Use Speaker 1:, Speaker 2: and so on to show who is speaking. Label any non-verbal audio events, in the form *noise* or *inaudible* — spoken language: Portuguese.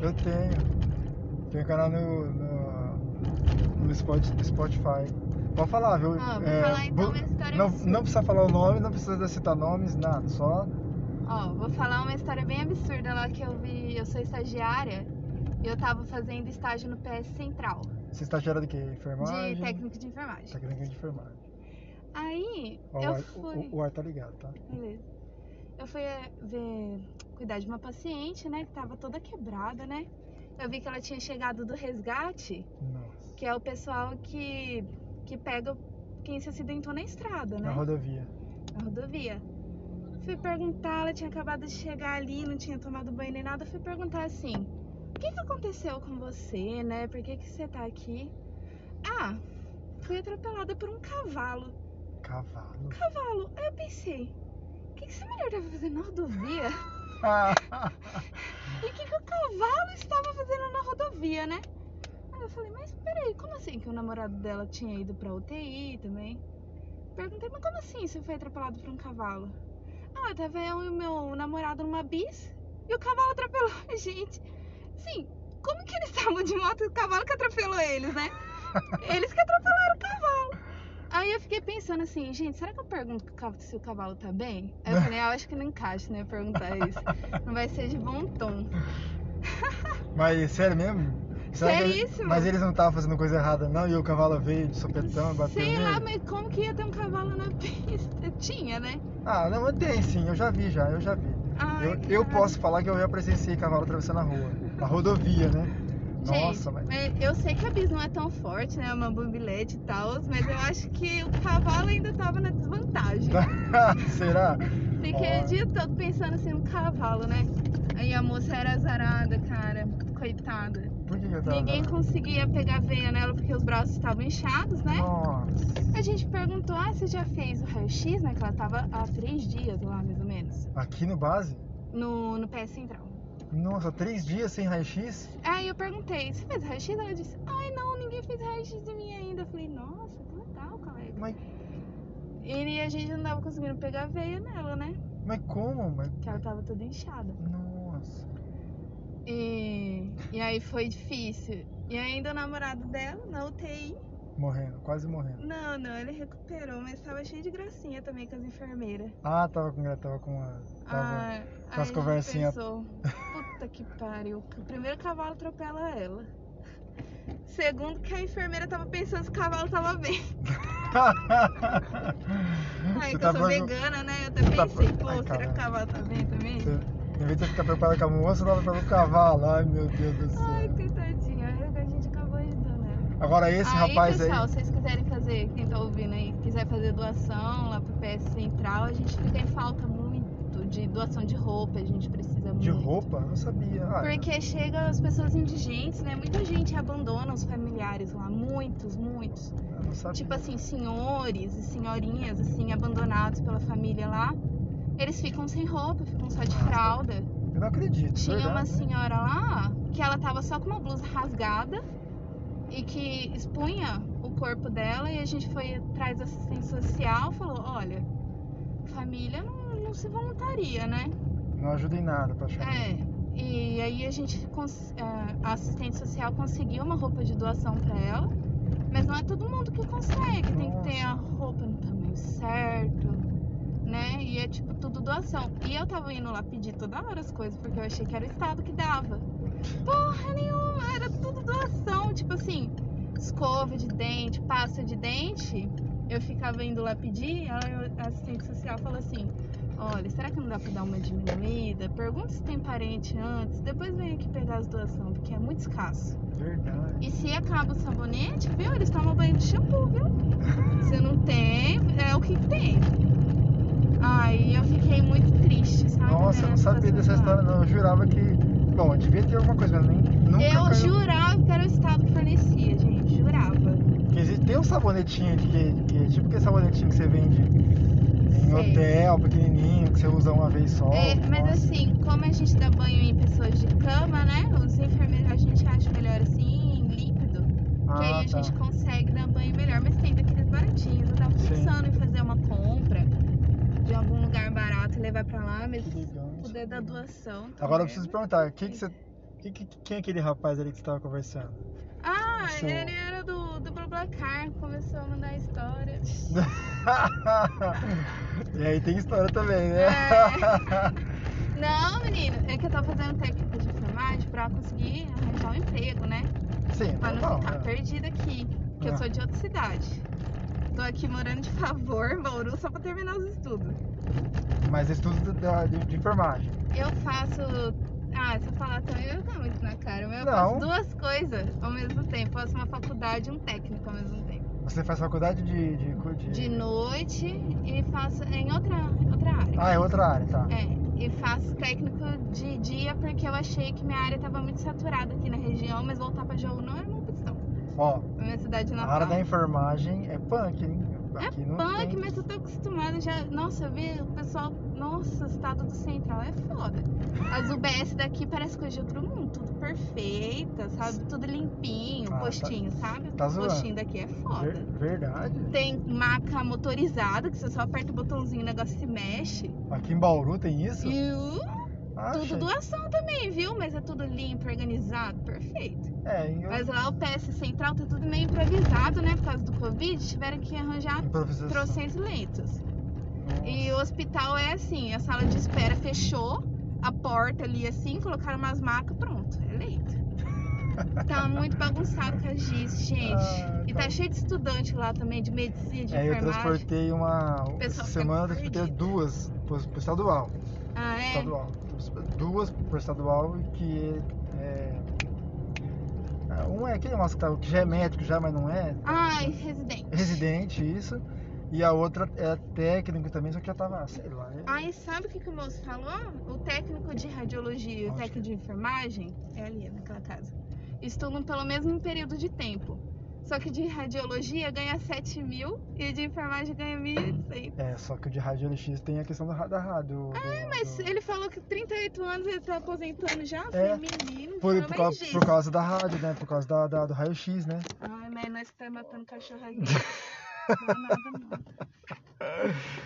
Speaker 1: Eu tenho. Tenho um canal no, no, no Spot- Spotify. Pode falar, viu? É,
Speaker 2: Ah, vou falar então
Speaker 1: vou-
Speaker 2: uma história
Speaker 1: não,
Speaker 2: absurda.
Speaker 1: não precisa falar o nome, não precisa citar nomes, nada. Só.
Speaker 2: Ó, vou falar uma história bem absurda lá que eu vi. Eu sou estagiária e eu tava fazendo estágio no PS Central
Speaker 1: Você está gerando o quê? Enfermagem?
Speaker 2: de técnico de enfermagem.
Speaker 1: Técnico de enfermagem.
Speaker 2: Aí
Speaker 1: Tá. Ó, o,
Speaker 2: eu
Speaker 1: ar,
Speaker 2: fui.
Speaker 1: o- o ar tá ligado, tá?
Speaker 2: Beleza. Eu fui eh, ver, cuidar de uma paciente, né, que tava toda quebrada, né? Eu vi que ela tinha chegado do resgate,
Speaker 1: Nossa.
Speaker 2: que é o pessoal que, que pega quem se acidentou na estrada, né?
Speaker 1: Na rodovia.
Speaker 2: na rodovia. Fui perguntar, ela tinha acabado de chegar ali, não tinha tomado banho nem nada. Fui perguntar assim: o que, que aconteceu com você, né? Por que, que você tá aqui? Ah, fui atropelada por um cavalo.
Speaker 1: Cavalo.
Speaker 2: Cavalo? Aí eu pensei: o que, que essa mulher tava fazendo na rodovia?
Speaker 1: Ah,
Speaker 2: E o que, que o cavalo estava fazendo na rodovia, né? Aí eu falei: mas peraí, como assim que o namorado dela tinha ido pra UTI também? Perguntei: mas como assim você foi atropelado por um cavalo? Ah, tava eu e o meu namorado numa bis e o cavalo atropelou a gente. Sim, como que eles *laughs* estavam de moto e o cavalo que atropelou eles, né? *laughs*
Speaker 1: *laughs*
Speaker 2: Eles que atropelaram o cavalo. Aí eu fiquei pensando assim, gente, será que eu pergunto pro ca- se o cavalo tá bem? Aí eu falei, ah, eu acho que não encaixa, né, perguntar isso. Não vai ser de bom tom.
Speaker 1: Mas sério mesmo? Será que eles-
Speaker 2: Seríssimo.
Speaker 1: mas eles não estavam fazendo coisa errada, não? E o cavalo veio de
Speaker 2: *laughs*
Speaker 1: sopetão e Então, bateu
Speaker 2: Sei
Speaker 1: nele?
Speaker 2: lá, mas como que ia ter um cavalo na *laughs* pista? Tinha, né?
Speaker 1: Ah, não, tem sim, eu já vi já, eu já vi.
Speaker 2: Ai,
Speaker 1: Eu, eu
Speaker 2: cara.
Speaker 1: posso falar que eu já presenciei cavalo atravessando a rua, a rodovia, né? *laughs*
Speaker 2: Gente,
Speaker 1: Nossa, mas
Speaker 2: é, eu sei que a bis não é tão forte, né? Uma bambilete e tal, mas eu acho que o cavalo ainda tava na
Speaker 1: *laughs*
Speaker 2: desvantagem.
Speaker 1: será?
Speaker 2: Fiquei
Speaker 1: Ó.
Speaker 2: o dia todo pensando assim no cavalo, né? Aí a moça era azarada, cara. Coitada.
Speaker 1: Por que, que eu tava
Speaker 2: Ninguém
Speaker 1: andando?
Speaker 2: conseguia pegar veia nela porque os braços estavam inchados, né?
Speaker 1: Nossa,
Speaker 2: A gente perguntou, ah, você já fez o raio-x, né? Que ela tava há três dias lá, mais ou menos,
Speaker 1: aqui no base?
Speaker 2: no, no pé central.
Speaker 1: Nossa, três dias sem raio-x?
Speaker 2: Aí eu perguntei, você fez raio-x? Ela disse, ai não, ninguém fez raio-x de mim ainda. Eu falei, nossa, que legal, colega.
Speaker 1: Mas-
Speaker 2: E a gente não tava conseguindo pegar veia nela, né?
Speaker 1: Mas como? Mas...
Speaker 2: Porque ela tava toda inchada.
Speaker 1: Nossa.
Speaker 2: E, e aí foi difícil. E ainda o namorado dela, na UTI.
Speaker 1: Morrendo, quase morrendo.
Speaker 2: Não, não, ele recuperou, mas tava cheio de gracinha também com as enfermeiras.
Speaker 1: Ah, tava com tava com uma. *laughs* Tava...
Speaker 2: Ah,
Speaker 1: Tá
Speaker 2: aí
Speaker 1: com as
Speaker 2: a gente
Speaker 1: conversinha.
Speaker 2: pensou, Puta que pariu. O primeiro cavalo atropela ela. Segundo, que a enfermeira tava pensando se o cavalo tava bem. Ai, que eu sou
Speaker 1: preocup-
Speaker 2: vegana, né? Eu até
Speaker 1: tá Você tá
Speaker 2: pensei,
Speaker 1: pro-
Speaker 2: pô, será
Speaker 1: Ai,
Speaker 2: que
Speaker 1: caralho.
Speaker 2: o cavalo tá bem também?
Speaker 1: Você- Em vez de você ficar preocupado com a moça, tava preocupado com o cavalo. Ai, meu Deus do céu.
Speaker 2: Ai, coitadinha, a gente acabou ajudando ela.
Speaker 1: Agora esse
Speaker 2: aí,
Speaker 1: rapaz
Speaker 2: pessoal,
Speaker 1: aí.
Speaker 2: se vocês quiserem fazer, quem tá ouvindo aí, quiser fazer doação lá pro PS Central, a gente fica em falta muito de doação de roupa, a gente precisa muito.
Speaker 1: De roupa? Não sabia. Ah,
Speaker 2: Porque chega as pessoas indigentes, né? Muita gente abandona os familiares lá, muitos, muitos.
Speaker 1: eu não sabia.
Speaker 2: Tipo assim, senhores e senhorinhas, assim, abandonados pela família lá. Eles ficam sem roupa, ficam só de
Speaker 1: Nossa.
Speaker 2: fralda.
Speaker 1: Eu não acredito.
Speaker 2: Tipo, Tinha
Speaker 1: Ah, tá. verdade,
Speaker 2: uma assim-
Speaker 1: né?
Speaker 2: senhora lá que ela tava só com uma blusa rasgada e que expunha o corpo dela e a gente foi atrás da assistência social falou, olha, família não, não se voluntaria, né?
Speaker 1: Não ajuda em nada pra achar.
Speaker 2: É. E aí a gente cons- é, a assistente social conseguiu uma roupa de doação pra ela, mas não é todo mundo que consegue, tem que ter a roupa no tamanho certo, né? E é tipo tudo doação. E eu tava indo lá pedir toda hora as coisas, porque eu achei que era o estado que dava. Porra nenhuma, era tudo doação, tipo assim, escova de dente, pasta de dente. Eu ficava indo lá pedir, aí a assistente social falou assim: Olha, será que não dá pra dar uma diminuída? Pergunta se tem parente antes, depois vem aqui pegar as doações, porque é muito escasso.
Speaker 1: Verdade.
Speaker 2: E se acaba o sabonete, viu? Eles tomam banho de shampoo, viu? Se não tem, é o que tem. Aí eu fiquei muito triste, sabe?
Speaker 1: Nossa, eu
Speaker 2: né,
Speaker 1: não sabia
Speaker 2: situação lá.
Speaker 1: dessa história, não. Eu jurava que. Bom, devia ter alguma coisa, mas nem. Nunca
Speaker 2: Eu
Speaker 1: caiu-
Speaker 2: jurava que era o Estado que fornecia, gente, jurava.
Speaker 1: Que existe- Tem um sabonetinho de que, que é tipo aquele sabonetinho que você vende em
Speaker 2: Sei.
Speaker 1: hotel, pequenininho, que você usa uma vez só.
Speaker 2: É, mas
Speaker 1: Nossa.
Speaker 2: assim, como a gente dá banho em pessoas de cama, né? Os enfermeiros a gente acha melhor assim, líquido. que aí
Speaker 1: Ah,
Speaker 2: a
Speaker 1: tá.
Speaker 2: gente consegue dar banho melhor, mas tem daqueles baratinhos. Eu tava
Speaker 1: Sim.
Speaker 2: pensando em fazer uma compra de algum lugar barato e levar pra lá, mas
Speaker 1: Que
Speaker 2: se
Speaker 1: legal.
Speaker 2: puder dar doação.
Speaker 1: Agora eu
Speaker 2: também.
Speaker 1: preciso perguntar, o que, que você Que- que- quem é aquele rapaz ali que você tava conversando? *laughs*
Speaker 2: Ah,
Speaker 1: Isso.
Speaker 2: ele era do, do BlaBlaCar, começou a mandar história.
Speaker 1: e aí tem história também, né?
Speaker 2: É. Não, menino, é que eu tô fazendo técnica de enfermagem pra conseguir arranjar um emprego, né?
Speaker 1: *laughs* Sim,
Speaker 2: Pra não tá.
Speaker 1: normal,
Speaker 2: ficar
Speaker 1: né?
Speaker 2: perdida aqui, porque
Speaker 1: Ah.
Speaker 2: eu sou de outra cidade. Tô aqui morando de favor, Bauru, só pra terminar os estudos.
Speaker 1: Mas é estudo da- de, de enfermagem.
Speaker 2: Eu faço. Ah, se eu falar também vai ficar muito na cara, mas eu
Speaker 1: Não.
Speaker 2: faço duas coisas ao mesmo tempo. Faço uma faculdade e um técnico ao mesmo tempo.
Speaker 1: Você faz faculdade de. de, cu- de-
Speaker 2: De noite e faço em outra, outra área.
Speaker 1: Ah, é outra área, tá.
Speaker 2: É, e faço técnico de dia porque eu achei que minha área tava muito saturada aqui na região, mas voltar pra Jaú não era uma opção.
Speaker 1: Ó,
Speaker 2: Na minha cidade
Speaker 1: a
Speaker 2: natal.
Speaker 1: área da enfermagem é punk, hein?
Speaker 2: É
Speaker 1: Aqui não
Speaker 2: punk,
Speaker 1: tem.
Speaker 2: mas eu tô acostumada já. Nossa, eu vi o pessoal. Nossa, o estado do central é foda. As UBS daqui parece coisa de outro mundo, tudo perfeita, sabe? Tudo limpinho,
Speaker 1: Ah, tá-
Speaker 2: postinho, sabe?
Speaker 1: tá
Speaker 2: o
Speaker 1: zoando.
Speaker 2: postinho daqui é
Speaker 1: Ver-
Speaker 2: foda.
Speaker 1: verdade.
Speaker 2: Tem maca motorizada, que você só aperta o botãozinho e o negócio se mexe.
Speaker 1: Aqui em Bauru tem isso?
Speaker 2: E o-
Speaker 1: Ah,
Speaker 2: tudo
Speaker 1: achei.
Speaker 2: doação também, viu? Mas é tudo limpo, organizado, perfeito.
Speaker 1: É, em
Speaker 2: Mas lá o PS Central tá tudo meio improvisado, né? Por causa do Covid, tiveram que arranjar
Speaker 1: improvisação.
Speaker 2: trocentos leitos.
Speaker 1: Nossa. *laughs*
Speaker 2: E o hospital é assim, a sala de espera fechou, a porta ali assim, colocaram umas macas, pronto, é
Speaker 1: *laughs*
Speaker 2: leito. Tá muito bagunçado com a GIS, gente.
Speaker 1: Ah,
Speaker 2: E tá
Speaker 1: tá.
Speaker 2: cheio de estudante lá também, de medicina, de
Speaker 1: É, eu
Speaker 2: enfermagem.
Speaker 1: transportei
Speaker 2: O
Speaker 1: uma. Essa
Speaker 2: pessoal fica
Speaker 1: semana eu transportei
Speaker 2: perdido.
Speaker 1: duas pro pro estadual.
Speaker 2: Ah, é?
Speaker 1: estadual. Duas pro estadual que é. é, Um é aquele nosso que, tá, que já é médico já, mas não é.
Speaker 2: Ai, residente.
Speaker 1: Residente, isso. E a outra é técnico também, só que já tava, sei lá. é-
Speaker 2: Aí sabe o que, que o moço falou? O técnico de radiologia e o
Speaker 1: Onde?
Speaker 2: técnico de enfermagem, é ali, naquela casa, estudam pelo mesmo período de tempo. Só que de radiologia ganha 7 mil e de enfermagem ganha 1.800.
Speaker 1: É, só que o de rádio LX tem a questão da, ra- da rádio.
Speaker 2: Ah, mas ele falou que 38 anos ele tá aposentando já. Eu
Speaker 1: É.
Speaker 2: Falei, menino, pelo
Speaker 1: Por, por,
Speaker 2: menos
Speaker 1: causa,
Speaker 2: isso.
Speaker 1: por causa da rádio, né? Por causa da, da- do raio-x, né? *laughs*
Speaker 2: Ai, mas nós que tá matando cachorro aqui. Não dá nada, não.